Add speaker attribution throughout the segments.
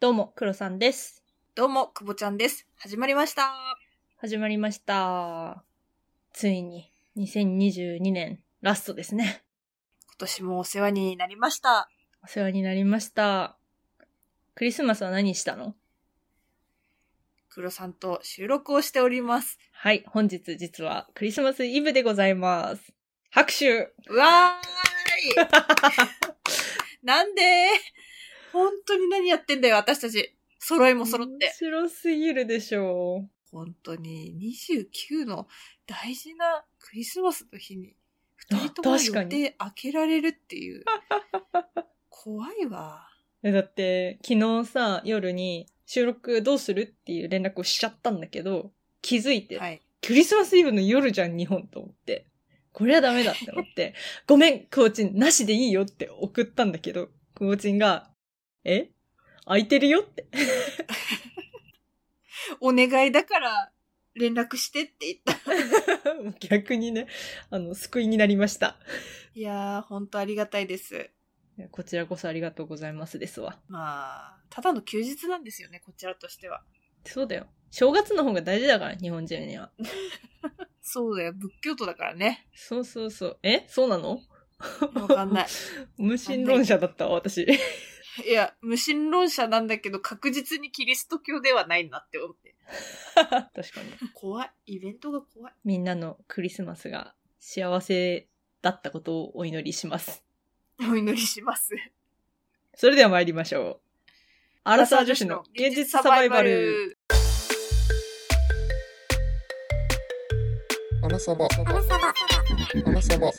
Speaker 1: どうも、黒さんです。
Speaker 2: どうも、くぼちゃんです。始まりました。
Speaker 1: 始まりました。ついに、2022年ラストですね。
Speaker 2: 今年もお世話になりました。
Speaker 1: お世話になりました。クリスマスは何したの
Speaker 2: 黒さんと収録をしております。
Speaker 1: はい、本日実はクリスマスイブでございます。拍手
Speaker 2: うわーい なんで本当に何やってんだよ、私たち。揃いも揃っ
Speaker 1: 面
Speaker 2: て。
Speaker 1: 白すぎるでしょう。
Speaker 2: 本当に29の大事なクリスマスの日に、二人とも
Speaker 1: 確か
Speaker 2: 予
Speaker 1: に
Speaker 2: 定開けられるっ ていう。怖いわ。
Speaker 1: えだって、昨日さ、夜に収録どうするっていう連絡をしちゃったんだけど、気づいて、
Speaker 2: はい。
Speaker 1: クリスマスイブの夜じゃん、日本と思って。これはダメだって思って、ごめん、クオチン、なしでいいよって送ったんだけど、クオチンが、え空いてるよって。
Speaker 2: お願いだから連絡してって言った。
Speaker 1: 逆にね、あの、救いになりました。
Speaker 2: いやー、本当ありがたいです。
Speaker 1: こちらこそありがとうございますですわ。
Speaker 2: まあ、ただの休日なんですよね、こちらとしては。
Speaker 1: そうだよ。正月の方が大事だから、日本人には。
Speaker 2: そうだよ、仏教徒だからね。
Speaker 1: そうそうそう。えそうなの
Speaker 2: わかんない。
Speaker 1: 無神論者だったわ、私。
Speaker 2: いや、無神論者なんだけど、確実にキリスト教ではないなって思って。
Speaker 1: 確かに。
Speaker 2: 怖い。イベントが怖い。
Speaker 1: みんなのクリスマスが幸せだったことをお祈りします。
Speaker 2: お祈りします。
Speaker 1: それでは参りましょう。アラサー女子の現実サバイバル。。
Speaker 3: アラサバ。アラサバ。アラサバ。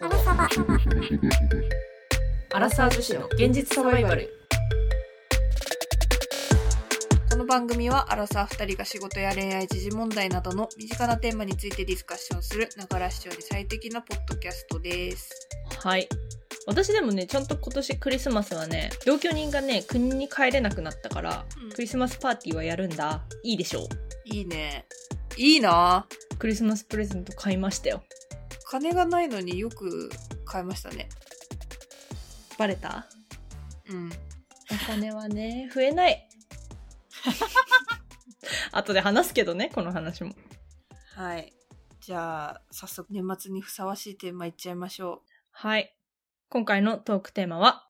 Speaker 1: アラサー女子の現実サバイバル。
Speaker 2: この番組は、アラサー二人が仕事や恋愛、時事問題などの身近なテーマについてディスカッションする、ながら視聴に最適なポッドキャストです。
Speaker 1: はい。私でもね、ちゃんと今年クリスマスはね、同居人がね、国に帰れなくなったから、クリスマスパーティーはやるんだ。いいでしょう。
Speaker 2: いいね。いいな
Speaker 1: クリスマスプレゼント買いましたよ。
Speaker 2: 金がないのによく買いましたね。
Speaker 1: バレた
Speaker 2: うん。
Speaker 1: お金はね、増えない。 後で話すけどね、この話も。
Speaker 2: はい。じゃあ、早速年末にふさわしいテーマいっちゃいましょ
Speaker 1: はい。今回のトークテーマは、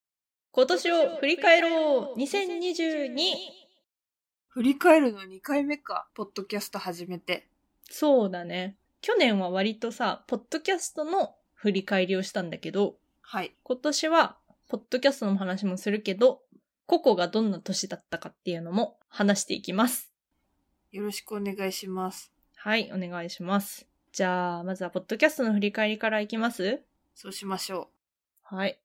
Speaker 1: 今年を振り返ろう !2022!
Speaker 2: う。振り返るの2回目か、ポッドキャスト始めて。
Speaker 1: そうだね。去年は割とさ、ポッドキャストの振り返りをしたんだけど、
Speaker 2: はい。
Speaker 1: 今年は、ポッドキャストの話もするけど、個々がどんな年だったかっていうのも話していきます。
Speaker 2: よろしくお願いします。
Speaker 1: はい、お願いします。じゃあ、まずはポッドキャストの振り返りからいきます
Speaker 2: そうしましょ
Speaker 1: はい。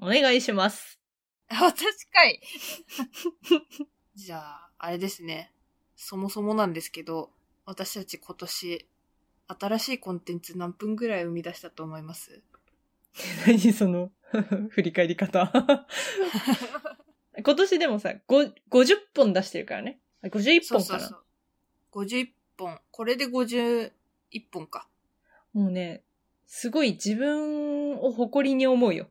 Speaker 1: お願いします。
Speaker 2: う。あ、確かい。 じゃあ、あれですね。そもそもなんですけど、私たち今年、新しいコンテンツ何分ぐらい生み出したと思います
Speaker 1: 何その、 振り返り 方。今年でもさ、ご50本出してるからね。あ51
Speaker 2: そう
Speaker 1: 本
Speaker 2: そ
Speaker 1: か
Speaker 2: う
Speaker 1: な
Speaker 2: そう。51本。これで51本か。
Speaker 1: もうね、すごい自分を誇りに思うよ。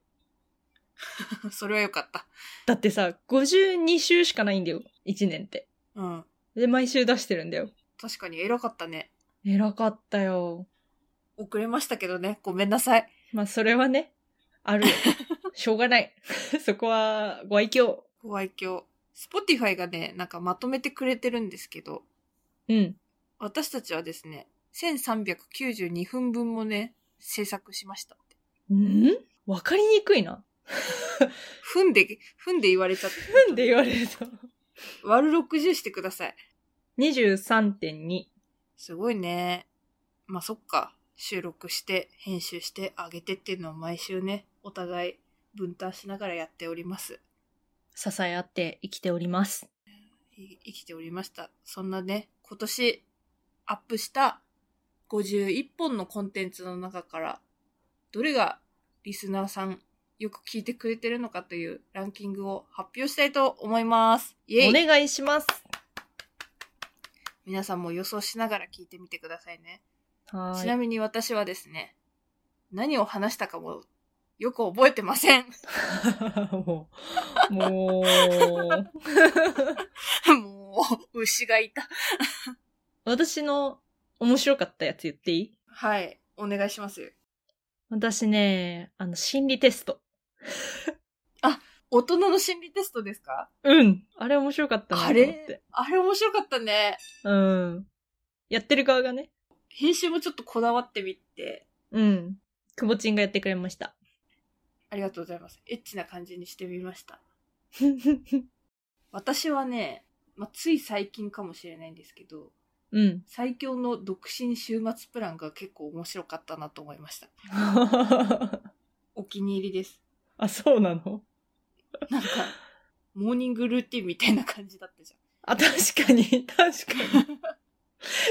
Speaker 2: それはよかった。
Speaker 1: だってさ、52週しかないんだよ。1年って。
Speaker 2: うん。
Speaker 1: で、毎週出してるんだよ。
Speaker 2: 確かに偉かったね。
Speaker 1: 偉かったよ。
Speaker 2: 遅れましたけどね。ごめんなさい。
Speaker 1: まあ、それはね、あ るよ。しょうがない。 そこは、ご愛嬌。
Speaker 2: ご愛嬌。Spotify がね、なんかまとめてくれてるんですけど、
Speaker 1: うん。
Speaker 2: 私たちはですね、1392分分もね、制作しました。
Speaker 1: んわかりにくいな。
Speaker 2: ふんで、ふんで言われちゃって。
Speaker 1: なんで言われると。
Speaker 2: 割る60してください。
Speaker 1: 23.2。
Speaker 2: すごいね。まあ、そっか。収録して、編集して、上げてっていうのを毎週ね、お互い分担しながらやっております。
Speaker 1: 支え合って生きております。
Speaker 2: い生きておりました。そんなね、今年アップした51本のコンテンツの中から、どれがリスナーさんよく聞いてくれてるのかというランキングを発表したいと思います。イ
Speaker 1: お
Speaker 2: ェイ
Speaker 1: 願いします。
Speaker 2: 皆さんも予想しながら聞いてみてくださいね。
Speaker 1: は
Speaker 2: ち
Speaker 1: ー。
Speaker 2: ないみに私はですね、何を話したかもよく覚え てません。
Speaker 1: もう、もう。
Speaker 2: 牛がいた。
Speaker 1: 私の面白かったやつ言っていい
Speaker 2: はい。お願いしますよ。
Speaker 1: 私ね、あの、心理テスト。
Speaker 2: 大人の心理テストですか
Speaker 1: うん。あれ面白かったなと
Speaker 2: あ
Speaker 1: 思って
Speaker 2: れ。あれ面白かったね。
Speaker 1: うん。やってる側がね。
Speaker 2: 編集もちょっとこだわってみて。
Speaker 1: うん。くぼちんがやってくれました。
Speaker 2: ありがとうございます。エッチな感じにしてみました。私はね、まあ、つい最近かもしれないんですけど、
Speaker 1: うん。
Speaker 2: 最強の独身週末プランが結構面白かったなと思いました。
Speaker 1: あ、
Speaker 2: お気に入りです。
Speaker 1: そうなの
Speaker 2: なんか、モーニングルーティンみたいな感じだったじ
Speaker 1: あ、確かに、確かに。
Speaker 2: ゃん。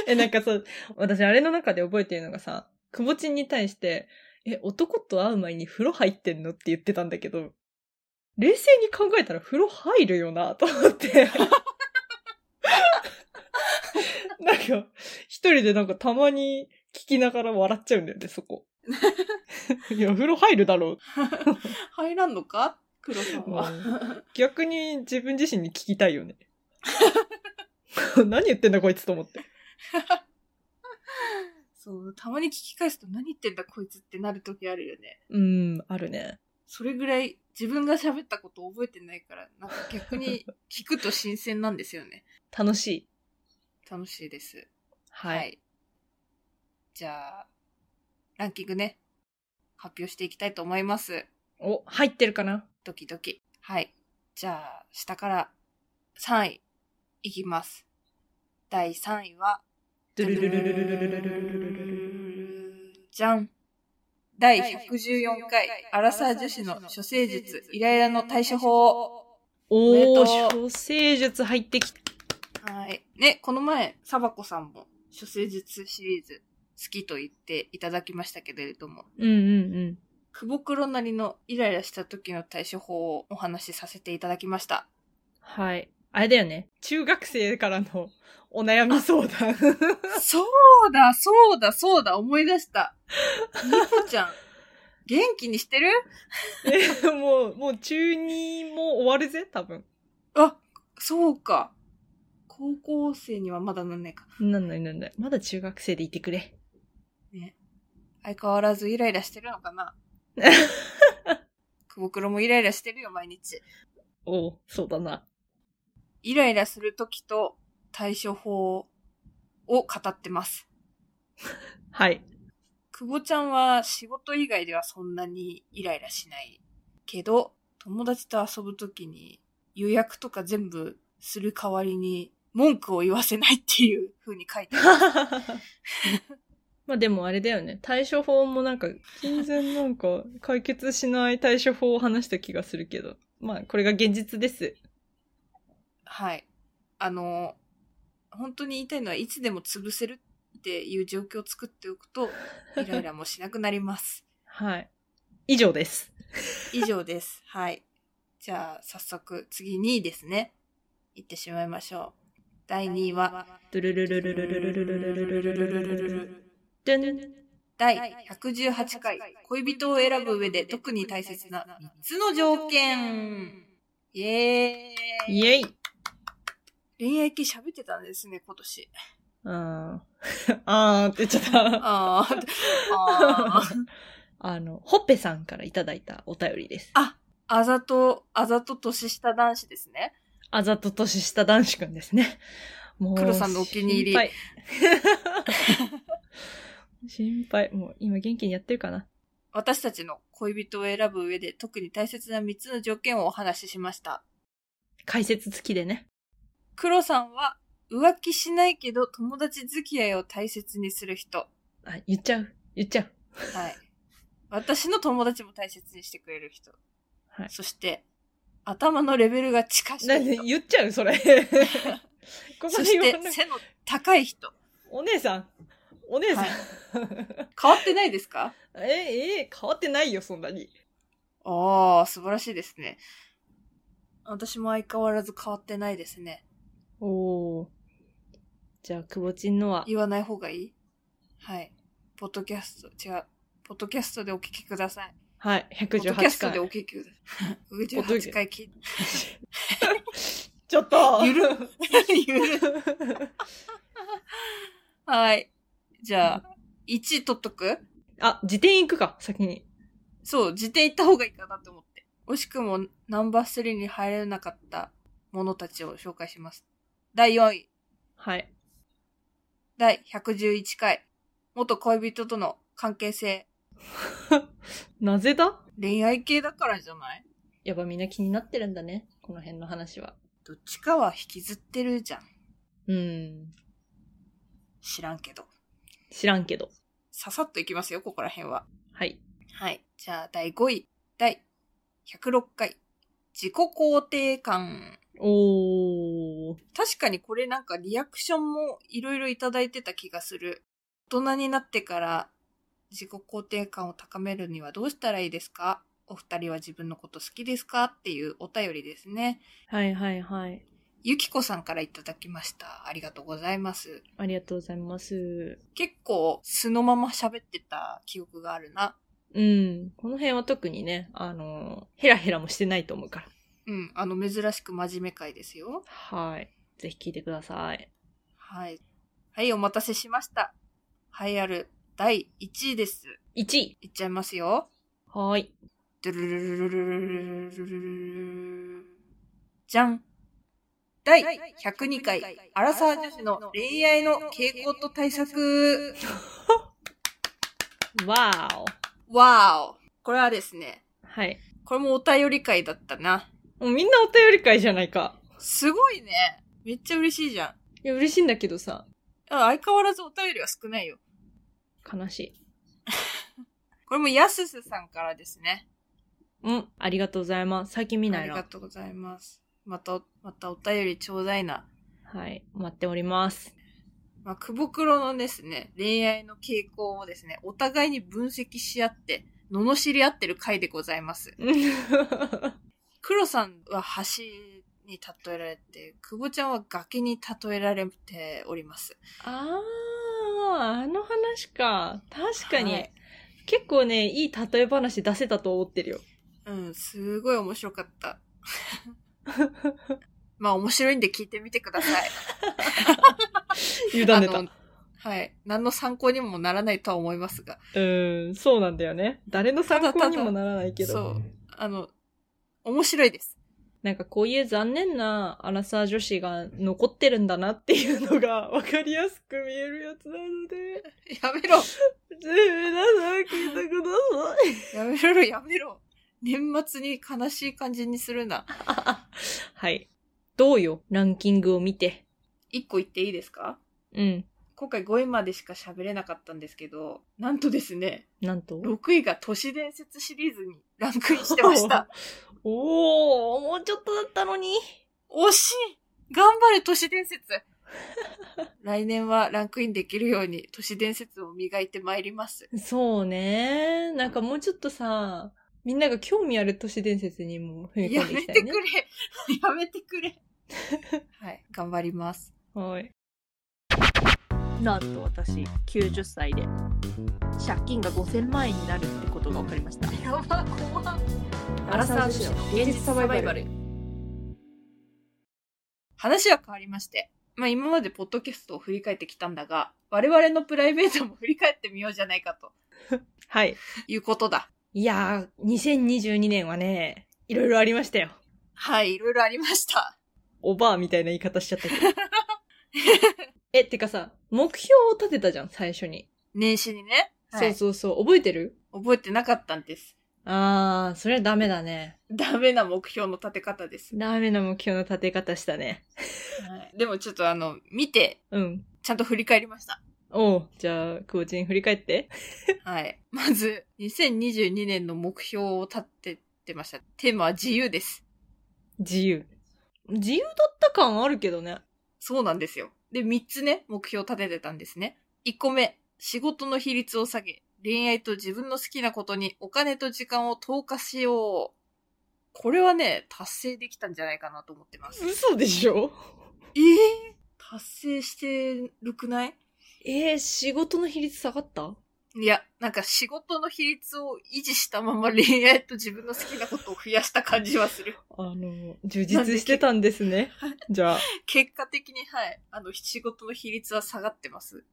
Speaker 1: え、なんかそう、私あれの中で覚えてるのがさ、くぼちんに対して、え、男と会う前に風呂入ってんのって言ってたんだけど、冷静に考えたら風呂入るよな、と思って。なんか、一人でなんかたまに聞きながら笑っちゃうんだよね、そこ。いや、風呂入るだろう。
Speaker 2: 入らんのか黒さんは。
Speaker 1: 逆に自分自身に聞きたいよね。何言ってんだこいつと思って。
Speaker 2: そう、たまに聞き返すと何言ってんだこいつってなる時あるよね。
Speaker 1: うん、あるね。
Speaker 2: それぐらい自分が喋ったこと覚えてないから、なんか 逆に聞くと新鮮なんですよね。
Speaker 1: 楽しい。
Speaker 2: 楽しいです。
Speaker 1: はい。
Speaker 2: じゃあ、ランキングね、発表していきたいと思います。
Speaker 1: お、入ってるかな
Speaker 2: ドキドキ。はい。じゃあ、下から3位いきます。第3位は、
Speaker 1: ドゥルルルルルルルルル
Speaker 2: じゃん。第114回、アラサー女子の処世術、イライラの対処法。
Speaker 1: お
Speaker 2: めでとう
Speaker 1: ー、処世術入ってきた。
Speaker 2: はい。ね、この前、サバコさんも、処世術シリーズ、好きと言っていただきましたけれども、
Speaker 1: うんうんうん。
Speaker 2: 久保黒なりのイライラした時の対処法をお話しさせていただきました。
Speaker 1: はい。あれだよね。中学生からのお悩み相談。
Speaker 2: そうだ、そうだ、そうだ、思い出した。みこちゃん、 元気にしてる
Speaker 1: えもう、もう中2も終わるぜ、多分。
Speaker 2: あ、そうか。高校生にはまだなんないか。
Speaker 1: なんないなんない。まだ中学生でいてくれ。
Speaker 2: 相変わらずイライラしてるのかな久保黒もイライラしてるよ、毎日。
Speaker 1: おうそうだな。
Speaker 2: イライラするときと対処法を語ってます。
Speaker 1: はい。
Speaker 2: 久保ちゃんは仕事以外ではそんなにイライラしないけど、友達と遊ぶときに予約とか全部する代わりに文句を言わせないっていう風に書いてあ る。
Speaker 1: まあでもあれだよね。対処法もなんか、全然なんか解決しない対処法を話した気がするけど。まあこれが現実です。
Speaker 2: はい。あの、本当に言いたいのは、いつでも潰せるっていう状況を作っておくと、イライラもしなくなります。
Speaker 1: はい。以上です。
Speaker 2: 以上です。 はい。じゃあ、早速、次2位ですね。行ってしまいましょう。第2位は、
Speaker 1: ドゥルルルルルルルルルルルルルルルルルドゥン
Speaker 2: 第118回、恋人を選ぶ上で特に大切な3つの条件。イエーイ
Speaker 1: イェイ
Speaker 2: 恋愛系喋ってたんですね、今年。
Speaker 1: あーあーって言っちゃった。
Speaker 2: あーあー。
Speaker 1: あの、ほっぺさんからいただいたお便りです。
Speaker 2: あ、 あざと、あざと年下男子ですね。
Speaker 1: あざと年下男子くんですね。もう。
Speaker 2: 黒さんのお気に入り
Speaker 1: 心配。心配。もう今元気にやってるかな。
Speaker 2: 私たちの恋人を選ぶ上で特に大切な3つの条件をお話ししました。
Speaker 1: 解説付きでね。
Speaker 2: 黒さんは浮気しないけど友達付き合いを大切にする人。
Speaker 1: あ、言っちゃう。言っちゃう。
Speaker 2: はい。私の友達も大切にしてくれる人。
Speaker 1: はい
Speaker 2: そして、頭のレベルが近し
Speaker 1: ない
Speaker 2: 人。
Speaker 1: 言っちゃうそれ。ここ
Speaker 2: そ
Speaker 1: で
Speaker 2: し
Speaker 1: 言わな
Speaker 2: て、
Speaker 1: い。
Speaker 2: 背の高い人。
Speaker 1: お姉さん。お姉さん。
Speaker 2: はい変わってないですか
Speaker 1: え、え、変わってないよ、そんなに。
Speaker 2: ああ、素晴らしいですね。私も相変わらず変わってないですね。
Speaker 1: おー。じゃあ、くぼちんのは。
Speaker 2: 言わない方がいいはい。ポッドキャスト、違う。ポッドキャストでお聞きください。
Speaker 1: はい、
Speaker 2: ポッドキャスト
Speaker 1: 118
Speaker 2: でお
Speaker 1: 回。
Speaker 2: 聞きください。118回聞い
Speaker 1: ちょっと
Speaker 2: ゆるゆるじゃあ、1位取っとく
Speaker 1: あ、辞典行くか、先に。
Speaker 2: そう、辞典行った方がいいかなと思って。惜しくもナンバー3に入れなかったものたちを紹介します。第4位、
Speaker 1: はい。
Speaker 2: 第111回、元恋人との関係性、
Speaker 1: なぜだ
Speaker 2: 恋愛系だからじゃない
Speaker 1: やっぱみんな気になってるんだね。この辺の話は。
Speaker 2: どっちかは引きずってるじゃん。
Speaker 1: うん。
Speaker 2: 知らんけど。
Speaker 1: 知らんけど。
Speaker 2: ささっといきますよ、ここら辺は。
Speaker 1: はい。
Speaker 2: はい。じゃあ、第5位。第106回。自己肯定感。
Speaker 1: おー。
Speaker 2: 確かにこれなんかリアクションもいろいろいただいてた気がする。大人になってから自己肯定感を高めるにはどうしたらいいですかお二人は自分のこと好きですかっていうお便りですね。
Speaker 1: はいはいはい。
Speaker 2: ゆきこさんからいただきました。ありがとうございます。
Speaker 1: ありがとうございます。
Speaker 2: 結構素のまま喋ってた記憶があるな。
Speaker 1: うん。この辺は特にね、あの、ヘラヘラもしてないと思うから。
Speaker 2: うん、あの珍しく真面目回ですよ。
Speaker 1: はい。ぜひ聞いてください。
Speaker 2: はい。はい、お待たせしました。栄えある第1位です。
Speaker 1: 1位。
Speaker 2: いっちゃいますよ。
Speaker 1: はい。
Speaker 2: ドゥルルルルルルルルルルじゃん。第102回、アラサー女子の恋愛の傾向と対策。
Speaker 1: わーお。
Speaker 2: わーお。これはですね、
Speaker 1: はい。
Speaker 2: これもお便り会だったな。
Speaker 1: もうみんなお便り会じゃないか。
Speaker 2: すごいね。めっちゃ嬉しいじゃん。
Speaker 1: いや、嬉しいんだけどさ、
Speaker 2: あ相変わらずお便りは少ないよ。
Speaker 1: 悲し
Speaker 2: これもやすすさんからですね。
Speaker 1: い。うん。ありがとうございます。最近見な
Speaker 2: あ
Speaker 1: い
Speaker 2: りが
Speaker 1: な。
Speaker 2: とうございます。また、またお便りちょうだいな。
Speaker 1: はい。待っており ます。
Speaker 2: まあ、久保黒のですね、恋愛の傾向をですね、お互いに分析し合って、罵り合ってる回でございます。黒さんは橋に例えられて、久保ちゃんは崖に例えられております。
Speaker 1: あー、あの話か。確かに。
Speaker 2: はい
Speaker 1: 結構ね、いい例え話出せたと思って るよ。
Speaker 2: うん、すごい面白 かった。まあ面白いんで聞いてみてください。
Speaker 1: 委ね
Speaker 2: あ
Speaker 1: た
Speaker 2: の。はい。何の参考にもならないとは思いますが。
Speaker 1: うん、そうなんだよね。誰の参考にもならないけど。
Speaker 2: そう。あの、面白いです。
Speaker 1: なんかこういう残念なアラサー女子が残ってるんだなっていうのが分かりやすく見えるやつなので、
Speaker 2: やめろ
Speaker 1: ぜひ皆さん聞いてくだ
Speaker 2: やめろやめろ年末に悲しい感じにするな。
Speaker 1: さい。 はい。どうよ、ランキングを見て。
Speaker 2: 一個言っていいですか
Speaker 1: うん。
Speaker 2: 今回5位までしか喋れなかったんですけど、なんとですね、
Speaker 1: なんと
Speaker 2: 6位が都市伝説シリーズにランクインしてました。
Speaker 1: おー、もうちょっとだったのに。
Speaker 2: 惜しい頑張れ都市伝説来年はランクインできるように都市伝説を磨いてまいります。
Speaker 1: そうね。なんかもうちょっとさ、みんなが興味ある都市伝説にも踏み込
Speaker 2: や
Speaker 1: んでい
Speaker 2: め
Speaker 1: きた
Speaker 2: て
Speaker 1: い
Speaker 2: く
Speaker 1: ね
Speaker 2: れ。やめてくれはい、頑張ります。
Speaker 1: はい。
Speaker 4: なんと私90歳で借金が5000万円になるってことが分かりました
Speaker 2: やば、怖
Speaker 4: アラサー女子の現実サバイバル
Speaker 2: 話は変わりまして、まあ今までポッドキャストを振り返ってきたんだが、我々のプライベートも振り返ってみようじゃないかと
Speaker 1: はい。
Speaker 2: いうことだ。
Speaker 1: いやー、2022年はね、いろいろありましたよ。
Speaker 2: はい、いろいろありました。
Speaker 1: おばあみたいな言い方しちゃった けど。え、てかさ、目標を立てたじゃん、最初に。
Speaker 2: 年始にね。はい
Speaker 1: そうそうそう、覚えてる
Speaker 2: 覚えてなかったんです。
Speaker 1: あー、それはダメだね。
Speaker 2: ダメな目標の立て方です。
Speaker 1: ダメな目標の立て方したね。
Speaker 2: はいでもちょっとあの、見て、
Speaker 1: うん。
Speaker 2: ちゃんと振り返りました。
Speaker 1: おう、じゃあ、クボチン振り返って。
Speaker 2: はい。まず、2022年の目標を立ててました。テーマは自由です。
Speaker 1: 自由。自由だった感あるけどね。
Speaker 2: そうなんですよ。で、3つね、目標を立ててたんですね。1個目、仕事の比率を下げ、恋愛と自分の好きなことにお金と時間を投下しよう。これはね、達成できたんじゃないかなと思ってます。
Speaker 1: 嘘でしょ
Speaker 2: ええ達成してるくない
Speaker 1: えー、仕事の比率下がった
Speaker 2: いや、なんか仕事の比率を維持したまま恋愛と自分の好きなことを増やした感じはする。
Speaker 1: あの、充実してたんですね。じゃあ。
Speaker 2: 結果的にはい、あの、仕事の比率は下がってます。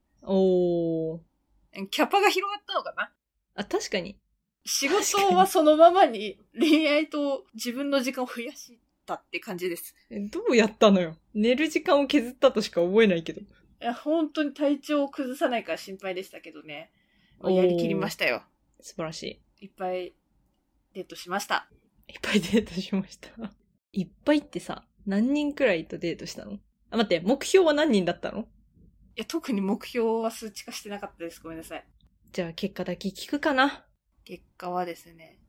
Speaker 1: おー。
Speaker 2: キャパが広がったのかな
Speaker 1: あ、確かに。
Speaker 2: 仕事はそのままに恋愛と自分の時間を増やしたって感じです。
Speaker 1: えどうやったのよ。寝る時間を削ったとしか覚えないけど。
Speaker 2: いや、本当に体調を崩さないから心配でしたけどね。まあやりきりましたよ。
Speaker 1: 素晴らしい。
Speaker 2: いっぱいデートしました。
Speaker 1: いっぱいデートしました。いっぱいってさ、何人くらいとデートしたのあ、待って、目標は何人だったの
Speaker 2: いや、特に目標は数値化してなかったです。ごめんなさい。
Speaker 1: じゃあ結果だけ聞くかな。
Speaker 2: 結果はですね、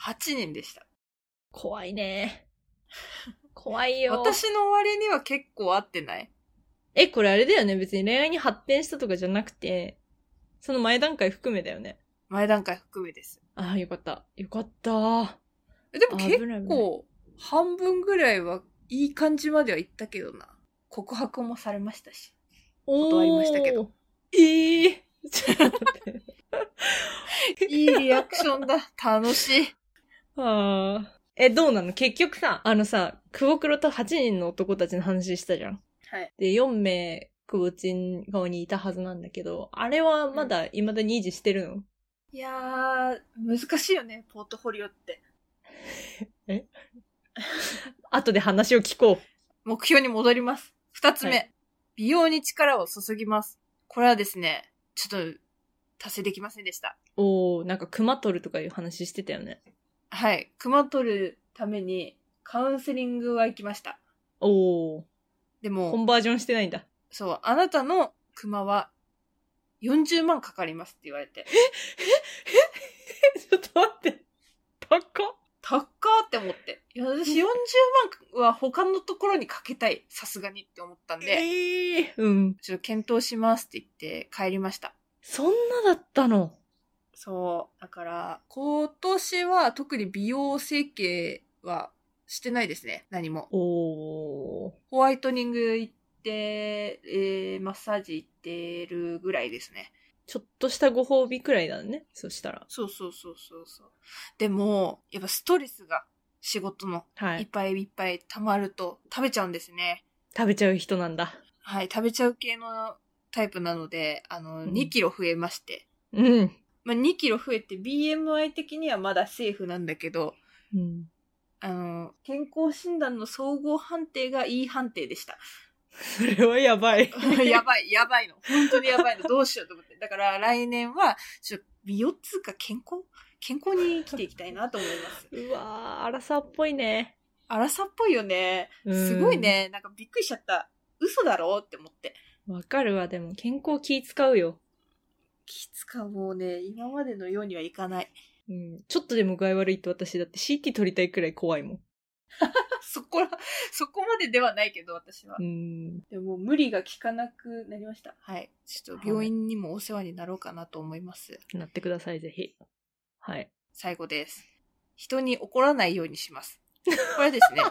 Speaker 2: 8人でした。
Speaker 1: 怖いね。怖いよ。
Speaker 2: 私の割には結構合ってない
Speaker 1: え、これあれだよね。別に恋愛に発展したとかじゃなくて、その前段階含めだよね。
Speaker 2: 前段階含めです。
Speaker 1: ああ、よかった。よかった。
Speaker 2: えでも
Speaker 1: あ
Speaker 2: 結
Speaker 1: 危ない危ない
Speaker 2: 構、半分ぐらいはいい感じまでは行ったけどな。告白もされましたし。断りましたけど
Speaker 1: おー。ええちょ っと待って。
Speaker 2: いいリアクションだ。楽しい。
Speaker 1: ああ。え、どうなの結局さ、あのさ、クボクロと8人の男たちの話したじゃん。
Speaker 2: はい。
Speaker 1: で、4名、クボチン側にいたはずなんだけど、あれはまだ未だに維持してるの、
Speaker 2: いやー、難しいよね、ポートフォリオって。
Speaker 1: 後で話を聞こ
Speaker 2: 目標に戻ります。二つ目、
Speaker 1: はい
Speaker 2: 美容に力を注ぎます。これはですね、ちょっと、達成できませんでした。
Speaker 1: う。おー、なんか熊取るとかいう話してたよね。
Speaker 2: はい。熊取るために、カウンセリングは行きました。
Speaker 1: おー、
Speaker 2: で
Speaker 1: コ
Speaker 2: も、
Speaker 1: ンバージョンしてないんだ。
Speaker 2: そう、あなたの熊は、40万かかりますって言われて。
Speaker 1: ちょっと待って。高っ。
Speaker 2: 高っって思って。いや、私40万は他のところにかけたい。さすがにって思ったんで、
Speaker 1: ええうん。
Speaker 2: ちょっと検討しますって言って帰りました。
Speaker 1: そんなだったの。
Speaker 2: そう。だから、今年は特に美容整形はしてないですね。何も。
Speaker 1: おー。
Speaker 2: ホワイトニング行って、えー、マッサージ行ってるぐらいですね。
Speaker 1: ちょっとしたご褒美くらいだね。そしたら。
Speaker 2: そうそうそうそうそう。でも、やっぱストレスが仕事の
Speaker 1: はい
Speaker 2: っ。ぱいいっぱい溜まると食べちゃうんですね。
Speaker 1: 食べちゃう人なんだ。
Speaker 2: はい、食べちゃう系のタイプなので、あの、
Speaker 1: うん
Speaker 2: 2キロ増えまして。
Speaker 1: うん。
Speaker 2: まあ、2キロ増えて BMI 的にはまだセーフなんだけど、
Speaker 1: うん、
Speaker 2: あの、健康診断の総合判定が E 判定でした。
Speaker 1: それは やばい。
Speaker 2: やば い、やばいの。本当にやばいの。どうしようと思って。だから来年は、ちょっと美容っつうか健康健康に生きていきたいなと思い ます。
Speaker 1: うわー、荒さっぽいね。
Speaker 2: 荒さっぽいよね。すごいね。なんかびっくりしちゃった。嘘だろって思って。
Speaker 1: うん。わかるわ、でも健康気使うよ。
Speaker 2: きつかもうね、今までのようにはいかない。
Speaker 1: うん。ちょっとでも具合悪いと私だって CT 取りたいくらい怖いもん。
Speaker 2: そこら、そこまでではないけど、私は
Speaker 1: う。ん。
Speaker 2: でも、無理が効かなくなりました。はい。ちょっと病院にもお世話になろうかなと思います。
Speaker 1: なってください、ぜひ。はい。
Speaker 2: 最後です。人に怒らないようにします。これですね、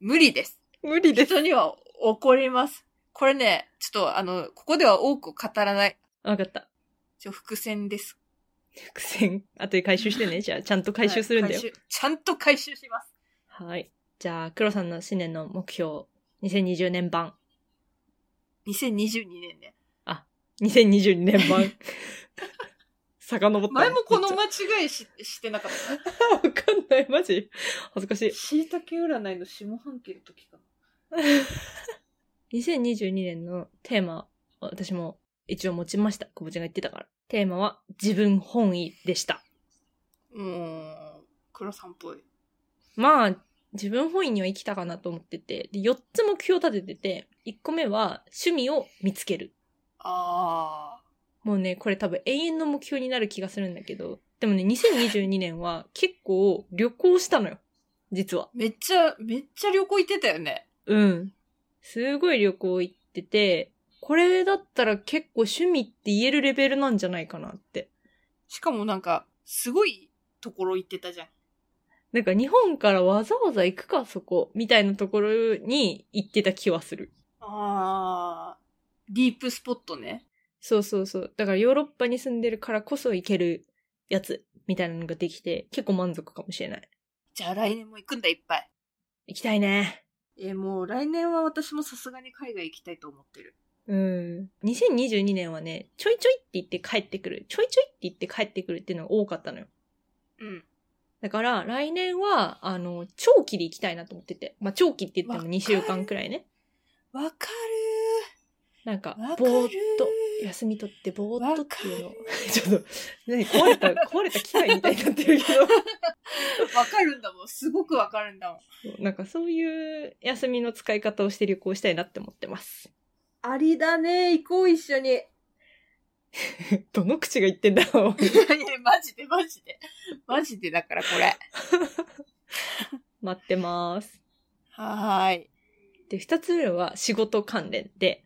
Speaker 2: 無理です。
Speaker 1: 無理です。
Speaker 2: 人には怒ります。これね、ちょっとあの、ここでは多く語らない。
Speaker 1: わかった。
Speaker 2: ちょ、伏線です。
Speaker 1: 伏線、 後で回収してね。じゃあ、ちゃんと回収するんだよ
Speaker 2: は。い回収ちゃんと回収します。
Speaker 1: はい。じゃあ、黒さんの新年の目標、2020年版。
Speaker 2: 2022年ね。
Speaker 1: 2022年 版。遡った。
Speaker 2: 前もこの間違いししてなかった。
Speaker 1: わかんない。マジ恥ずかしい。
Speaker 2: しいたけ占いの下半期の時かな。
Speaker 1: 2022年のテーマ、私も一応持ちました。久保ちゃんが言ってたから。テーマは自分本位でした。
Speaker 2: うーん、黒さんっぽい。
Speaker 1: まあ、自分本位には生きたかなと思ってて、で、4つ目標立ててて、1個目は趣味を見つける。
Speaker 2: あ
Speaker 1: もうね、これ多分永遠の目標になる気がするんだけど、でもね、2022年は結構旅行したのよ。実は。
Speaker 2: ー。めっちゃ、めっちゃ旅行行ってたよね。
Speaker 1: うん。すごい旅行行ってて、これだったら結構趣味って言えるレベルなんじゃないかなって。
Speaker 2: しかもなんか、すごいところ行ってたじゃん。
Speaker 1: なんか日本からわざわざ行くか、そこ。みたいなところに行ってた気はする。
Speaker 2: あー。ディープスポットね。
Speaker 1: そうそうそう。だからヨーロッパに住んでるからこそ行けるやつ、みたいなのができて、結構満足かもしれない。
Speaker 2: じゃあ来年も行くんだ、いっぱい。
Speaker 1: 行きたいね。
Speaker 2: えーもう来年は私もさすがに海外行きたいと思ってる。
Speaker 1: うん。2022年はね、ちょいちょいって言って帰ってくる。ちょいちょいって言って帰ってくるっていうのが多かったのよ。
Speaker 2: うん。
Speaker 1: だから、来年は、あの、長期で行きたいなと思ってて。まあ、長期って言っても2週間くらいね。
Speaker 2: わか
Speaker 1: なんか
Speaker 2: るー。わ、か
Speaker 1: ぼ
Speaker 2: る
Speaker 1: ーっと、
Speaker 2: ー
Speaker 1: 休み取ってぼーっとっていうの
Speaker 2: わ。
Speaker 1: ちょっと、何壊 れた、壊れた機械みたいになってるけど。
Speaker 2: わかるんだもん。すごくわかるんだもん。
Speaker 1: そう なんかそういう休みの使い方をして旅行したいなって思ってます。
Speaker 2: ありだね。行こう、一緒に。い
Speaker 1: どの口が言ってんだろう。
Speaker 2: やいや、マジで、マジで。マジでだから、これ。
Speaker 1: 待ってます。
Speaker 2: はーい。
Speaker 1: で、二つ目は仕事関連で、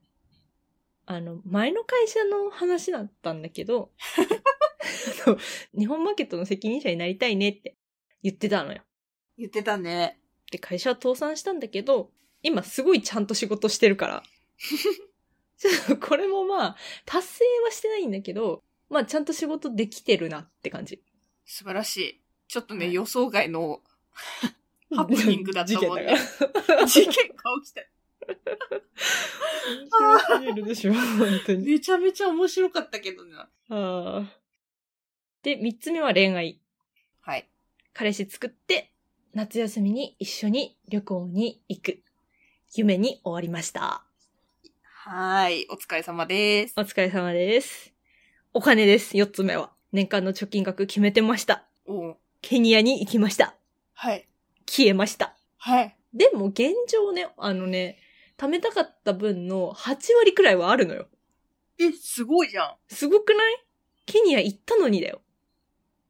Speaker 1: あの、前の会社の話だったんだけど、 あの日本マーケットの責任者になりたいねって言ってたのよ。
Speaker 2: 言ってたね。
Speaker 1: で、会社は倒産したんだけど、今すごいちゃんと仕事してるから。 ちょっとこれもまあ、達成はしてないんだけど、まあちゃんと仕事できてるなって感じ。
Speaker 2: 素晴らしい。ちょっとね、
Speaker 1: はい
Speaker 2: 予想外 のハプニングだったもんね。
Speaker 1: 事件だから。
Speaker 2: 事件 が起きた。
Speaker 1: 面白すぎるでしょ、本当に。
Speaker 2: めちゃめちゃ面白かったけどな。
Speaker 1: ああで、三つ目は恋愛。
Speaker 2: はい。
Speaker 1: 彼氏作って、夏休みに一緒に旅行に行く。夢に終わりました。
Speaker 2: はーい。お疲れ様です
Speaker 1: お。疲れ様です。お金です、四つ目は。年間の貯金額決めてました。
Speaker 2: おう
Speaker 1: ケニアに行きました。
Speaker 2: はい。
Speaker 1: 消えました。
Speaker 2: はい。
Speaker 1: でも現状ね、あのね、貯めたかった分の8割くらいはあるのよ。
Speaker 2: え、すごいじゃん。
Speaker 1: すごくないケニア行ったのにだよ。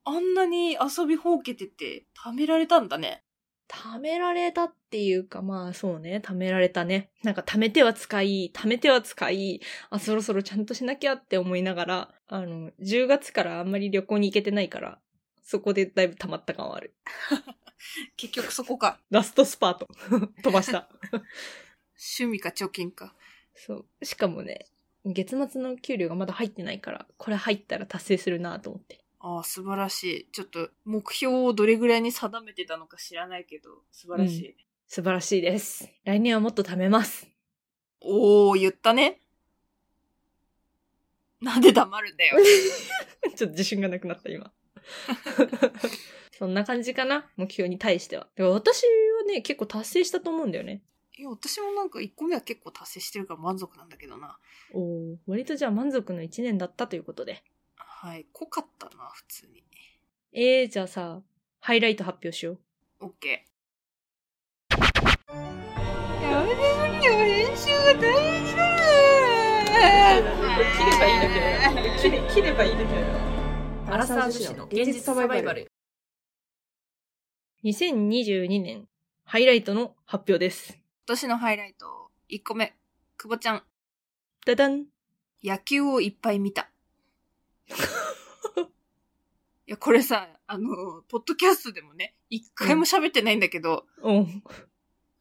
Speaker 2: あんなに遊びほうけてて、貯められたんだね。
Speaker 1: 貯められたっていうか、まあそうね、貯められたね。なんか貯めては使い、貯めては使い、あ、そろそろちゃんとしなきゃって思いながら、あの、10月からあんまり旅行に行けてないから、そこでだいぶ溜まった感はある。
Speaker 2: 結局そこか。
Speaker 1: ラストスパート。 飛ばした。
Speaker 2: 趣味か貯金か。
Speaker 1: そう。しかもね、月末の給料がまだ入ってないから、これ入ったら達成するなと思って。
Speaker 2: ああ、素晴らしい。ちょっと、目標をどれぐらいに定めてたのか知らないけど、素晴らしい。
Speaker 1: 素晴らしいです。来年はもっと貯めます。
Speaker 2: おー、言ったね。なんで黙る んだよ。
Speaker 1: ちょっと自信がなくなった、今。 そんな感じかな、目標に対しては。でも私はね、結構達成したと思うんだよね。
Speaker 2: いや、私もなんか1個目は結構達成してるから満足なんだけどな。
Speaker 1: おお、割とじゃあ満足の一年だったということで。
Speaker 2: はい、濃かったな、普通に。
Speaker 1: えー、じゃあさ、ハイライト発表しよう。
Speaker 2: オッケー。やめてくれよ、編集が大事だよ
Speaker 1: 切れ切ればいいだけだよ。
Speaker 4: アラサー女子の現実サバイバル。
Speaker 1: 2022年、ハイライトの発表です。
Speaker 2: 今年のハイライト、1個目。久保ちゃん、
Speaker 1: ダダン。
Speaker 2: 野球をいっぱい見た。いや、これさ、あの、ポッドキャストでもね、一回も喋ってないんだけど、
Speaker 1: うん。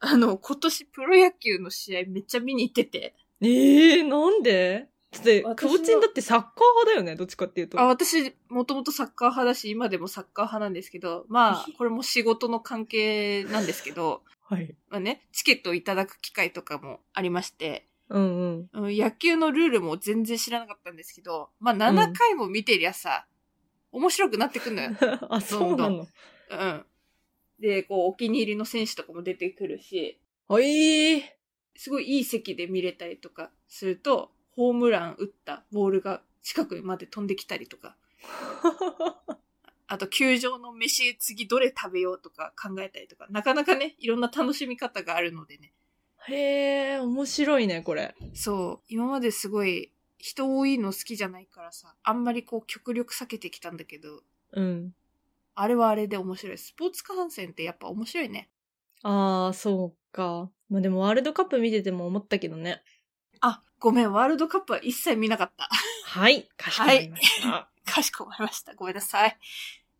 Speaker 2: あの、今年プロ野球の試合めっちゃ見に行ってて、
Speaker 1: ええー、なんでだって、
Speaker 2: 私の
Speaker 1: 久保ちんだってサッカー派だよね、どっちかっていうと。
Speaker 2: あ、私、もともとサッカー派だし、今でもサッカー派なんですけど、まあ、これも仕事の関係なんですけど、
Speaker 1: はい。
Speaker 2: まあね、チケットをいただく機会とかもありまして、
Speaker 1: うんうん。
Speaker 2: うん野球のルールも全然知らなかったんですけど、まあ、7回も見てりゃさ、面白くなってくんのよ。
Speaker 1: あ、そうなの。
Speaker 2: うん。で、こう、お気に入りの選手とかも出てくるし、
Speaker 1: はい。
Speaker 2: すごいいい席で見れたりとかすると、ホームラン打ったボールが近くまで飛んできたりとか、あと球場の飯次どれ食べようとか考えたりとか、なかなかね、いろんな楽しみ方があるのでね。
Speaker 1: へえ、面白いね、これ。
Speaker 2: そう、今まですごい人多いの好きじゃないからさ、あんまりこう極力避けてきたんだけど、
Speaker 1: うん。
Speaker 2: あれはあれで面白い。スポーツ観戦ってやっぱ面白いね。
Speaker 1: ああ、そうか。まあ、でもワールドカップ見てても思ったけどね。
Speaker 2: あ、ごめん、ワールドカップは一切見なかった。
Speaker 1: はい。かしこまりました。
Speaker 2: かしこまりました。ごめんなさい。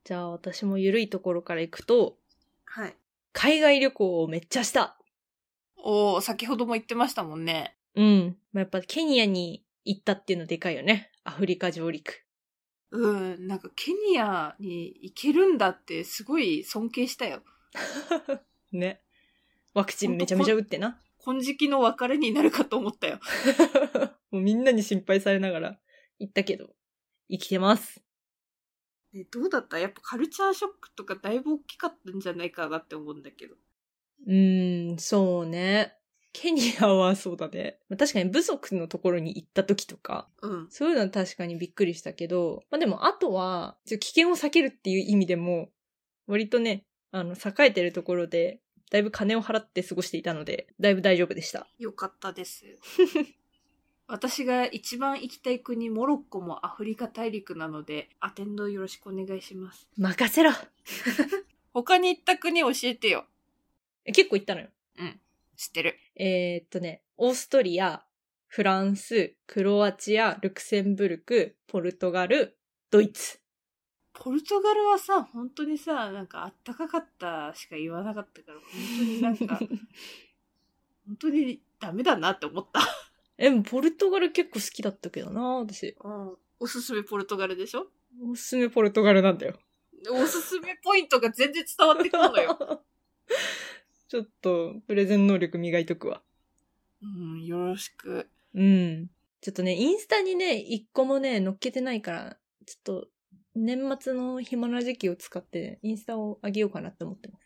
Speaker 1: じゃあ私も緩いところから行くと、
Speaker 2: はい。
Speaker 1: 海外旅行をめっちゃした。
Speaker 2: おー、先ほども言ってましたもんね。
Speaker 1: うん。まあ、やっぱケニアに行ったっていうのでかいよね。アフリカ上陸。
Speaker 2: うん、なんかケニアに行けるんだってすごい尊敬したよ。
Speaker 1: ね。ワクチンめちゃめちゃ打ってな。
Speaker 2: 金色の別れになるかと思ったよ。
Speaker 1: もうみんなに心配されながら行ったけど、生きてます。
Speaker 2: でどうだったやっぱカルチャーショックとかだいぶ大きかったんじゃないかなって思うんだけど。
Speaker 1: うーん、そうね。ケニアはそうだね。 まあ確かに部族のところに行った時とか、
Speaker 2: うん。
Speaker 1: そういうのは確かにびっくりしたけど、まあでもあとは、ちょ危険を避けるっていう意味でも、割とね、あの、栄えてるところで、だいぶ金を払って過ごしていたので、だいぶ大丈夫でした。
Speaker 2: よかったです。 私が一番行きたい国、モロッコもアフリカ大陸なので、アテンドよろしくお願いします。
Speaker 1: 任せろ
Speaker 2: 他に行った国教えてよ。
Speaker 1: え結構行ったのよ。
Speaker 2: 知ってる。
Speaker 1: えーっとね、オーストリア、フランス、クロアチア、ルクセンブルク、ポルトガル、ドイツ。
Speaker 2: ポルトガルはさ、本当にさ、なんかあったかかったしか言わなかったから、本当になん か、本当にダメだなって思った。
Speaker 1: え、でもポルトガル結構好きだったけどな、私。
Speaker 2: うん。おすすめポルトガルでしょ
Speaker 1: おすすめポルトガルなんだよ。
Speaker 2: おすすめポイントが全然伝わってくるのよ。
Speaker 1: ちょっと、プレゼン能力磨いとくわ。
Speaker 2: うん、よろしく。
Speaker 1: うん。ちょっとね、インスタにね、一個もね、載っけてないから、ちょっと、年末の暇な時期を使って、インスタを上げようかなって思ってます。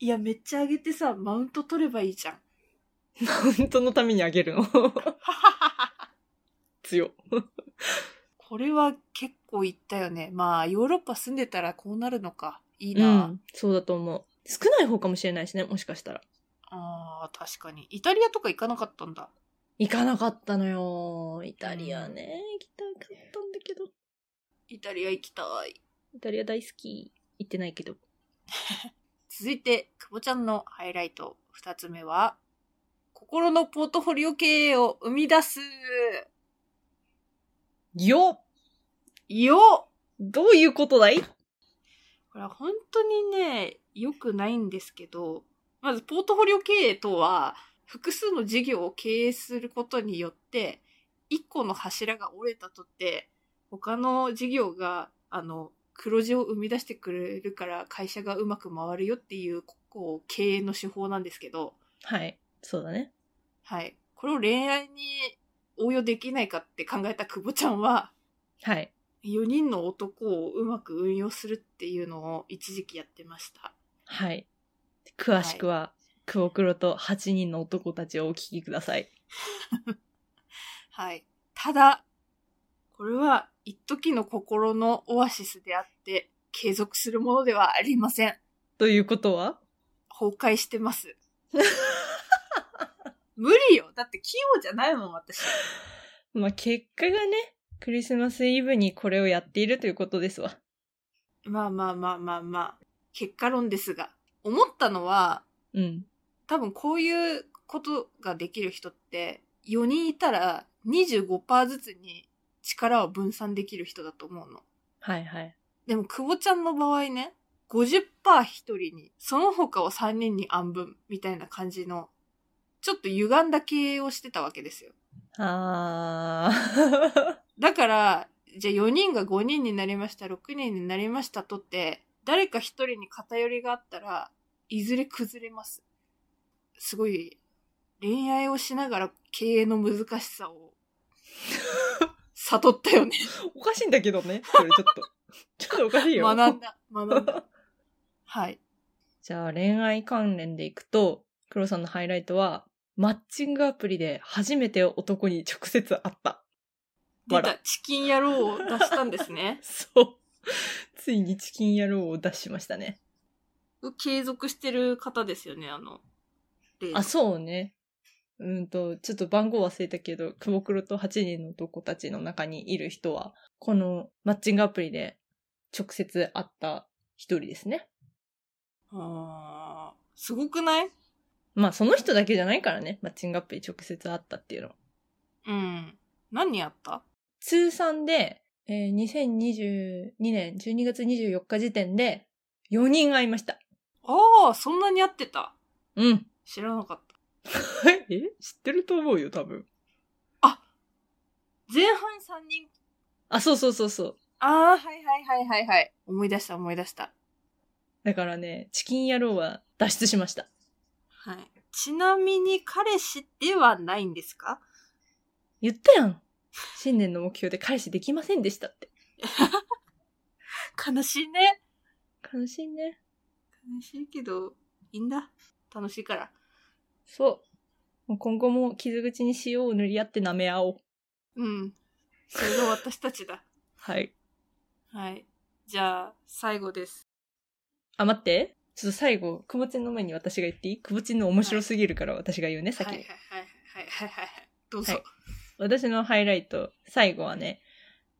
Speaker 2: いや、めっちゃ上げてさ、マウント取ればいいじ ゃん。
Speaker 1: 本当のために上げるの。 強。
Speaker 2: これは結構いったよね。まあ、ヨーロッパ住んでたらこうなるのか。いいうな。
Speaker 1: ん。そうだと思う。少ない方かもしれないしね、もしかしたら。
Speaker 2: ああ、確かに。イタリアとか行かなかったんだ。
Speaker 1: 行かなかったのよ。イタリアね、行きたかったんだけど。
Speaker 2: イタリア行きたい。
Speaker 1: イタリア大好き。行ってないけど。
Speaker 2: 続いて、久保ちゃんのハイライト二つ目は、心のポートフォリオ経営を生み出す。
Speaker 1: よっ
Speaker 2: よっ
Speaker 1: どういうことだい
Speaker 2: これは本当にね、良くないんですけど、まずポートフォリオ経営とは、複数の事業を経営することによって、一個の柱が折れたとって、他の事業が、あの、黒字を生み出してくれるから会社がうまく回るよっていう、こう、経営の手法なんですけど、
Speaker 1: はい。そうだね。
Speaker 2: はい。これを恋愛に応用できないかって考えた久保ちゃんは、
Speaker 1: はい。
Speaker 2: 4人の男をうまく運用するっていうのを一時期やってました。
Speaker 1: はい。詳しくは、クオクロと8人の男たちをお聞きください。
Speaker 2: はい。ただ、これは一時の心のオアシスであって、継続するものではありません。
Speaker 1: ということは
Speaker 2: 崩壊してます。無理よ。だって器用じゃないもん、私。
Speaker 1: まあ、結果がね、クリスマスイブにこれをやっているということですわ。
Speaker 2: まあまあまあまあまあ。結果論ですが。思ったのは、
Speaker 1: うん。
Speaker 2: 多分こういうことができる人って、4人いたら25%ずつに力を分散できる人だと思うの。
Speaker 1: はいはい。
Speaker 2: でも、久保ちゃんの場合ね、50%一人に、その他を3人に暗分、みたいな感じの、ちょっと歪んだ経営をしてたわけですよ。
Speaker 1: あ ー。
Speaker 2: だから、じゃあ4人が5人になりました、6人になりましたとって、誰か一人に偏りがあったら、いずれ崩れます。すごい、恋愛をしながら経営の難し さを、悟ったよね。
Speaker 1: おかしいんだけどね、それちょっと。ちょっとおかしいよ。
Speaker 2: 学んだ、学んだ。はい。
Speaker 1: じゃあ恋愛関連でいくと、黒さんのハイライトは、マッチングアプリで初めて男に直接会った。
Speaker 2: 出
Speaker 1: 笑。
Speaker 2: た、チキン野郎を出したんですね
Speaker 1: そう。ついにチキン野郎を出しましたね。
Speaker 2: 継続してる方ですよね、あの、例の
Speaker 1: あ、そうね。うんと、ちょっと番号忘れたけど、クボクロと8人の男たちの中にいる人は、このマッチングアプリで直接会った一人ですね。
Speaker 2: あーすごくない
Speaker 1: まあ、その人だけじゃないからね、マッチングアプリ直接会ったっていうのは。
Speaker 2: うん。何やった
Speaker 1: 通算で、えー2022年12月24日時点で4人会いました。
Speaker 2: ああ、そんなにやってた。
Speaker 1: うん。
Speaker 2: 知らなかった。
Speaker 1: え知ってると思うよ、多分。
Speaker 2: 前半3人。
Speaker 1: あ、そうそうそうそう。
Speaker 2: ああ、はいはいはいはいはい。思い出した思い出した。
Speaker 1: だからね、チキン野郎は脱出しました。
Speaker 2: はい。ちなみに彼氏ではないんですか
Speaker 1: 言ったやん。新年の目標で彼氏できませんでしたって。
Speaker 2: 悲しいね。
Speaker 1: 悲しいね。
Speaker 2: 悲しいけど、いいんだ。楽しいから。
Speaker 1: そう。もう今後も傷口に塩を塗り合って舐め合おう。
Speaker 2: うん。それが私たちだ。
Speaker 1: はい。
Speaker 2: はい。じゃあ、最後です。
Speaker 1: あ、待って。ちょっと最後、くぼちんの前に私が言っていいくぼちんの面白すぎるから私が言うね、
Speaker 2: はい
Speaker 1: 先
Speaker 2: はい
Speaker 1: に
Speaker 2: はいはいはいはいはい。どうぞ。
Speaker 1: はい私のハイライト、最後はね、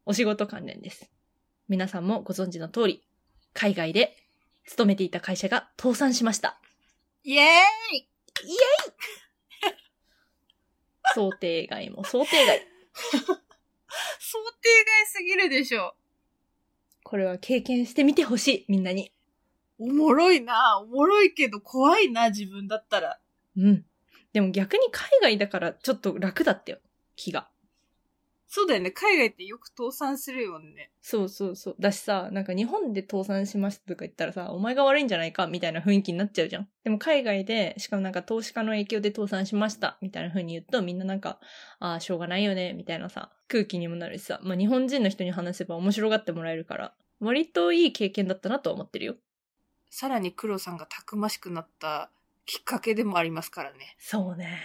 Speaker 1: お仕事関連です。皆さんもご存知の通り、海外で勤めていた会社が倒産しました。
Speaker 2: イエーイ
Speaker 1: 想定外も想定外。
Speaker 2: 想定外すぎるでしょ。
Speaker 1: これは経験してみてほしい、みんなに。
Speaker 2: おもろいな。おもろいけど怖いな、自分だったら。
Speaker 1: うん。でも逆に海外だからちょっと楽だったよ、気が。
Speaker 2: そうだよね。海外ってよく倒産するよね。
Speaker 1: そうそうそう。だしさ、なんか日本で倒産しましたとか言ったらさ、お前が悪いんじゃないかみたいな雰囲気になっちゃうじゃん。でも海外で、しかもなんか投資家の影響で倒産しましたみたいな風に言うとみんななんか、ああ、しょうがないよねみたいなさ、空気にもなるしさ、まあ日本人の人に話せば面白がってもらえるから、割といい経験だったなとは思ってるよ。
Speaker 2: さらに黒さんがたくましくなったきっかけでもありますからね。
Speaker 1: そうね。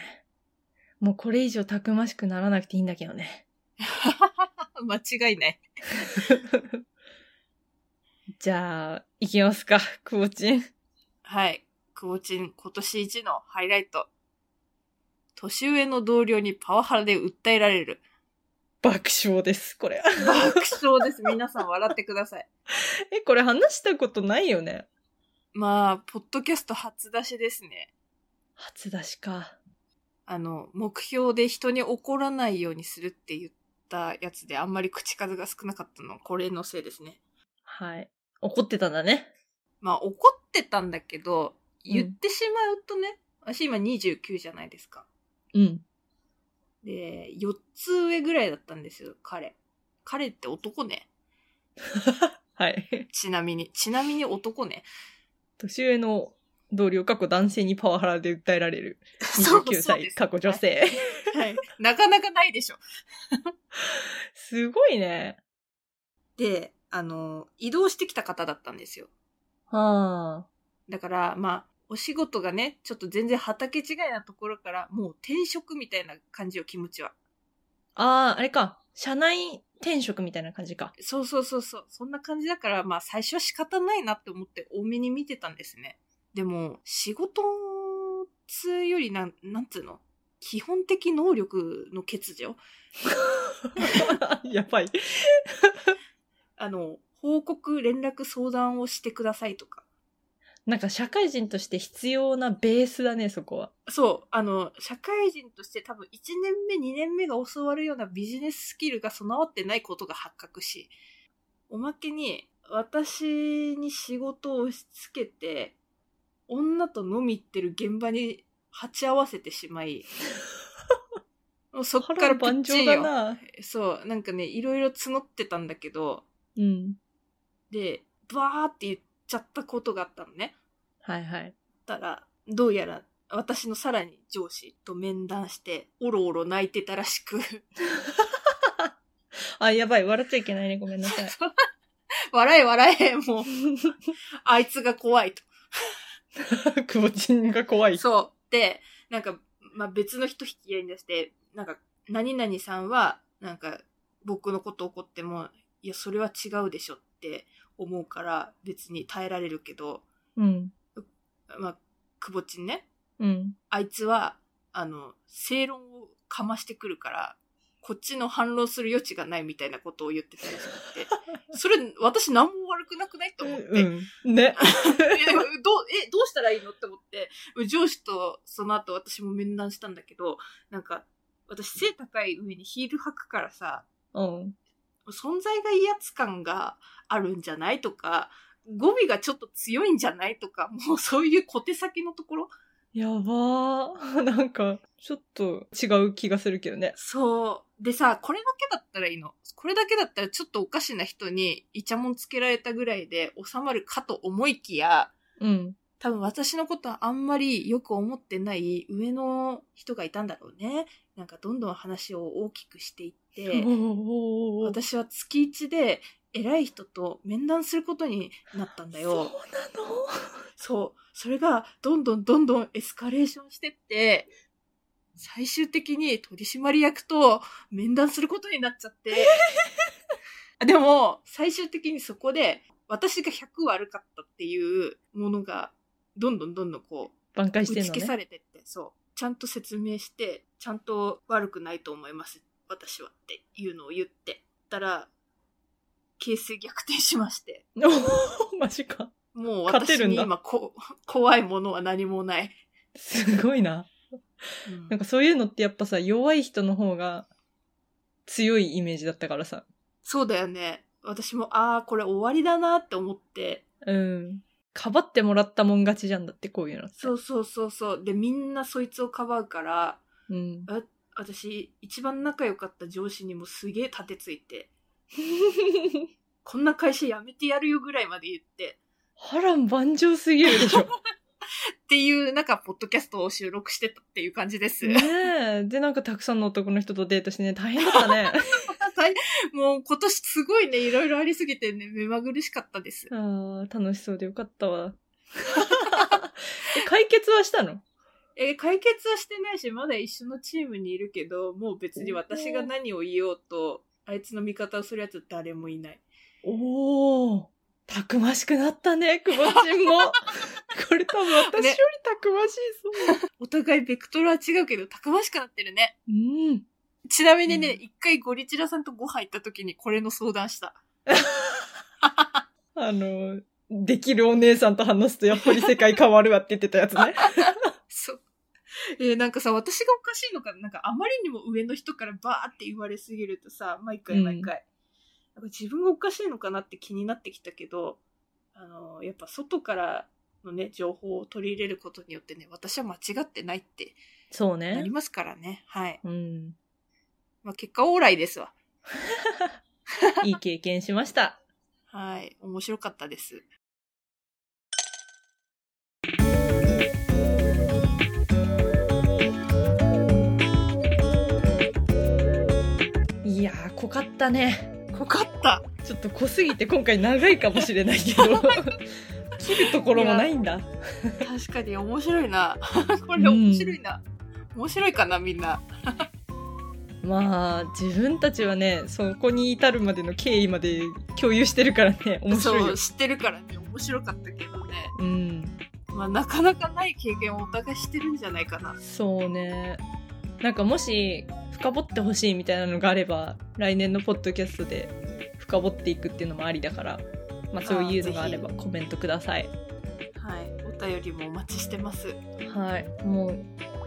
Speaker 1: もうこれ以上たくましくならなくていいんだけどね。
Speaker 2: 間違いない。
Speaker 1: じゃあ、行きますか、くぼちん。
Speaker 2: はい。くぼちん、今年一のハイライト。年上の同僚にパワハラで訴えられる。
Speaker 1: 爆笑です、これ。
Speaker 2: 爆笑です。皆さん笑ってください。
Speaker 1: え、これ話したことないよね。
Speaker 2: まあ、ポッドキャスト初出しですね。
Speaker 1: 初出しか。
Speaker 2: あの、目標で人に怒らないようにするって言ったやつであんまり口数が少なかったのはこれのせいですね。
Speaker 1: はい。怒ってたんだね。
Speaker 2: まあ怒ってたんだけど、
Speaker 1: うん
Speaker 2: 言ってしまうとね、私今29じゃないですか。
Speaker 1: うん。
Speaker 2: で、4つ上ぐらいだったんですよ、彼。彼って男ね。
Speaker 1: はい。
Speaker 2: ちなみに。ちなみに男ね。
Speaker 1: 年上の同僚、過去男性にパワハラで訴えられる。
Speaker 2: そう
Speaker 1: 29
Speaker 2: そうで
Speaker 1: 歳、
Speaker 2: す
Speaker 1: 過去女性。
Speaker 2: はい。なかなかないでしょ。
Speaker 1: すごいね。
Speaker 2: で、あの、移動してきた方だったんですよ。
Speaker 1: はあ。
Speaker 2: だから、まあ、お仕事がね、ちょっと全然畑違いなところから、もう転職みたいな感じよ、気持ちは。
Speaker 1: ああ、あれか。社内転職みたいな感じ か。
Speaker 2: そうそうそうそう。そんな感じだから、まあ最初は仕方ないなって思って多めに見てたんですね。でも、仕事つよりなん、なんつうの基本的能力の欠如
Speaker 1: やばい。
Speaker 2: あの、報告、連絡、相談をしてくださいとか。
Speaker 1: なんか社会人として必要なベースだね、そこは。
Speaker 2: そう、あの、社会人として多分1年目、2年目が教わるようなビジネススキルが備わってないことが発覚し、おまけに、私に仕事を押し付けて、女と飲み行ってる現場に鉢合わせてしま い、もうそっから
Speaker 1: 波
Speaker 2: ピ
Speaker 1: 乱
Speaker 2: ッ
Speaker 1: 万
Speaker 2: チ
Speaker 1: 丈
Speaker 2: ン
Speaker 1: だ
Speaker 2: よ。
Speaker 1: な。
Speaker 2: そう、なんかね、いろいろ募ってたんだけど、
Speaker 1: うん。
Speaker 2: で、バーって言っちゃったことがあったのね。
Speaker 1: はいはい。
Speaker 2: ったら、どうやら私のさらに上司と面談して、おろおろ泣いてたらしく、
Speaker 1: あ、やばい。笑っちゃいけないね。ごめんな さい。
Speaker 2: 笑え笑え、もう、あいつが怖いと。
Speaker 1: くぼちんが怖い。
Speaker 2: そう。で、なんか、まあ、別の人引き合いに出して、なんか、何々さんは、なんか、僕のこと怒っても、いや、それは違うでしょって思うから、別に耐えられるけど、
Speaker 1: うん。
Speaker 2: まあ、くぼちんね、
Speaker 1: うん。
Speaker 2: あいつは、あの、正論をかましてくるから、こっちの反論する余地がないみたいなことを言ってたらしく て、それ、私何も悪くなくないと思って、 え
Speaker 1: うん。ね。
Speaker 2: でもどう、え、どうしたらいいのって思って、上司とその後私も面談したんだけど、なんか、私背高い上にヒール履くからさ、
Speaker 1: うん。
Speaker 2: 存在が威圧感があるんじゃないとか、語尾がちょっと強いんじゃないとか、もうそういう小手先のところ
Speaker 1: やばー。 なんか、ちょっと違う気がするけどね。
Speaker 2: そう。でさ、これだけだったらいいの。これだけだったらちょっとおかしな人にイチャモンつけられたぐらいで収まるかと思いきや、
Speaker 1: うん。
Speaker 2: 多分私のことはあんまりよく思ってない上の人がいたんだろうね。なんかどんどん話を大きくしていって、
Speaker 1: おー
Speaker 2: 私は月一で偉い人と面談することになったんだ
Speaker 1: そうな
Speaker 2: よ。
Speaker 1: の
Speaker 2: そう。それがどんどんどんどんエスカレーションしてって、最終的に取締役と面談することになっちゃ って。あでも、最終的にそこで、私が100悪かったっていうものが、どんどんどんどんこう、
Speaker 1: 挽回
Speaker 2: 打
Speaker 1: してん
Speaker 2: ち
Speaker 1: の
Speaker 2: 消さ
Speaker 1: ね。
Speaker 2: れてって、そう。ちゃんと説明して、ちゃんと悪くないと思います、私はっていうのを言って。たら、形勢逆転しまして。
Speaker 1: おーマジか。
Speaker 2: もう
Speaker 1: 勝て
Speaker 2: 私
Speaker 1: るん
Speaker 2: に
Speaker 1: だ
Speaker 2: 今こ、 怖いものは何もない。
Speaker 1: すごいな。
Speaker 2: うん
Speaker 1: なんかそういうのってやっぱさ、弱い人の方が強いイメージだったからさ。
Speaker 2: そうだよね。私も、ああ、これ終わりだなって思って。
Speaker 1: うん。かばってもらったもん勝ちじゃんだって、こういうのって。
Speaker 2: そうそうそうそう。で、みんなそいつをかばうから、
Speaker 1: うん。
Speaker 2: 私、一番仲良かった上司にもすげえ立てついて、こんな会社辞めてやるよぐらいまで言って、
Speaker 1: 波乱万丈すぎるでし ょ。
Speaker 2: っていう、なんか、ポッドキャストを収録してたっていう感じです。
Speaker 1: ねえ。で、なんかたくさんの男の人とデートしてね、大変だったね。
Speaker 2: もう今年すごいね、いろいろありすぎてね、目まぐるしかったです。
Speaker 1: ああ、楽しそうでよかったわ。 え解決はしたの
Speaker 2: えー解決はしてないしまだ一緒のチームにいるけどもう別に私が何を言おうとあいつの味方をするやつ誰もいない
Speaker 1: おお。たくましくなったね、くぼちん も。これ多分私よりたくましい
Speaker 2: お互いベクトルは違うけどたくましくなってるね
Speaker 1: そう。うん。
Speaker 2: ちなみにね
Speaker 1: う
Speaker 2: 一、回ゴリチラさんとご飯行った時にこれの相談した
Speaker 1: あの、できるお姉さんと話すとやっぱり世界変わるわって言ってたやつね。
Speaker 2: そうえーなんかさ私がおかしいのかなんかあまりにも上の人からバーって言われすぎるとさ毎回毎回、なんか自分がおかしいのかなって気になってきたけどあのーやっぱ外からのね情報を取り入れることによってね私は間違ってないって
Speaker 1: そう
Speaker 2: な
Speaker 1: ね
Speaker 2: り。ますからねはい、
Speaker 1: うん。
Speaker 2: まあ、結果オーライですわ
Speaker 1: いい経験しました。
Speaker 2: はい面白かったです
Speaker 1: いやー、濃かったね。
Speaker 2: 濃かった
Speaker 1: ちょっと濃すぎて今回長いかもしれないけ ど。切るところもないんだ。
Speaker 2: 確かに面白いなこれ面白いな、面白いかなみんな
Speaker 1: まあ自分たちはねそこに至るまでの経緯まで共有してるから ね面白い
Speaker 2: そ
Speaker 1: よ
Speaker 2: う。知ってるからね面白かったけどね
Speaker 1: うん、
Speaker 2: まあ、なかなかない経験をお互いしてるんじゃないかな。
Speaker 1: そうねなんかもし深掘ってほしいみたいなのがあれば来年のポッドキャストで深掘っていくっていうのもありだから、まあ、そういうのがあればコメントください。
Speaker 2: はい。お便りもお待ちしてます。
Speaker 1: はいもう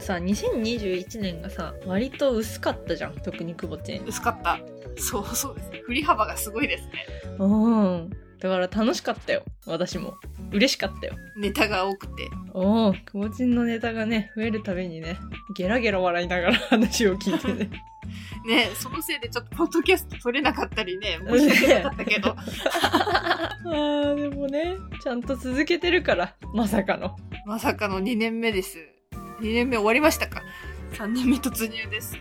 Speaker 1: さ2021年がさ割と薄かったじゃん特に久保ちゃん。
Speaker 2: 薄かった。そうそうですね。振り幅がすごいですね。
Speaker 1: うんだから楽しかったよ私も嬉しかったよ。
Speaker 2: ネタが多くて。
Speaker 1: おお、くぼちんのネタがね、増えるたびにね、ゲラゲラ笑いながら 話を聞いてね。
Speaker 2: ね、そのせいでちょっとポッドキャスト撮れなかったりね、申し訳なかったけど。
Speaker 1: ああ、でもね、ちゃんと続けてるから、まさかの。
Speaker 2: まさかの2年目です。2年目終わりましたか ?3 年目突入です。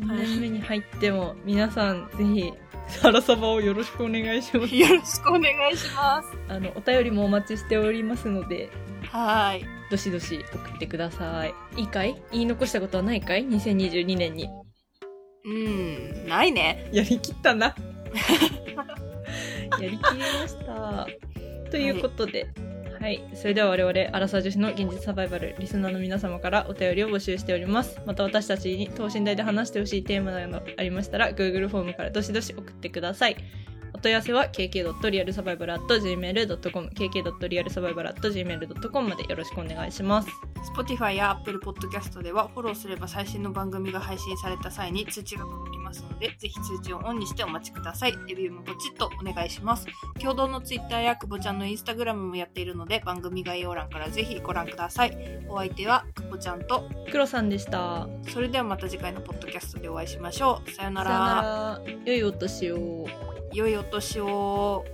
Speaker 1: 2年目に入っても、皆さんぜひ、サラサバをよろしくお願いします。
Speaker 2: よろしくお願いします。
Speaker 1: あの、お便りもお待ちしておりますので、
Speaker 2: はーい。
Speaker 1: どしどし送ってください。いいかい言い残したことはないかい ?2022 年に。
Speaker 2: うん、ないね。
Speaker 1: やりきったな。 やりきりました。ということで、はい、それでは我々アラサー女子の現実サバイバルリスナーの皆様からお便りを募集しております。また私たちに等身大で話してほしいテーマなどありましたら Google フォームからどしどし送ってください。お問い合わせは kk.realsurvival.gmail.com kk.realsurvival.gmail.com までよろしくお願いします。
Speaker 2: Spotify や Apple Podcast ではフォローすれば最新の番組が配信された際に通知が届きますので、ぜひ通知をオンにしてお待ちください。レビューもポチッとお願いします。共同の Twitter やくぼちゃんの Instagram もやっているので、番組概要欄からぜひご覧ください。お相手はくぼちゃんと、
Speaker 1: 黒さんでした。
Speaker 2: それではまた次回のポッドキャストでお会いしましょう。さよな
Speaker 1: さよ
Speaker 2: ら。
Speaker 1: なら。良いお年を。
Speaker 2: 良いお年を。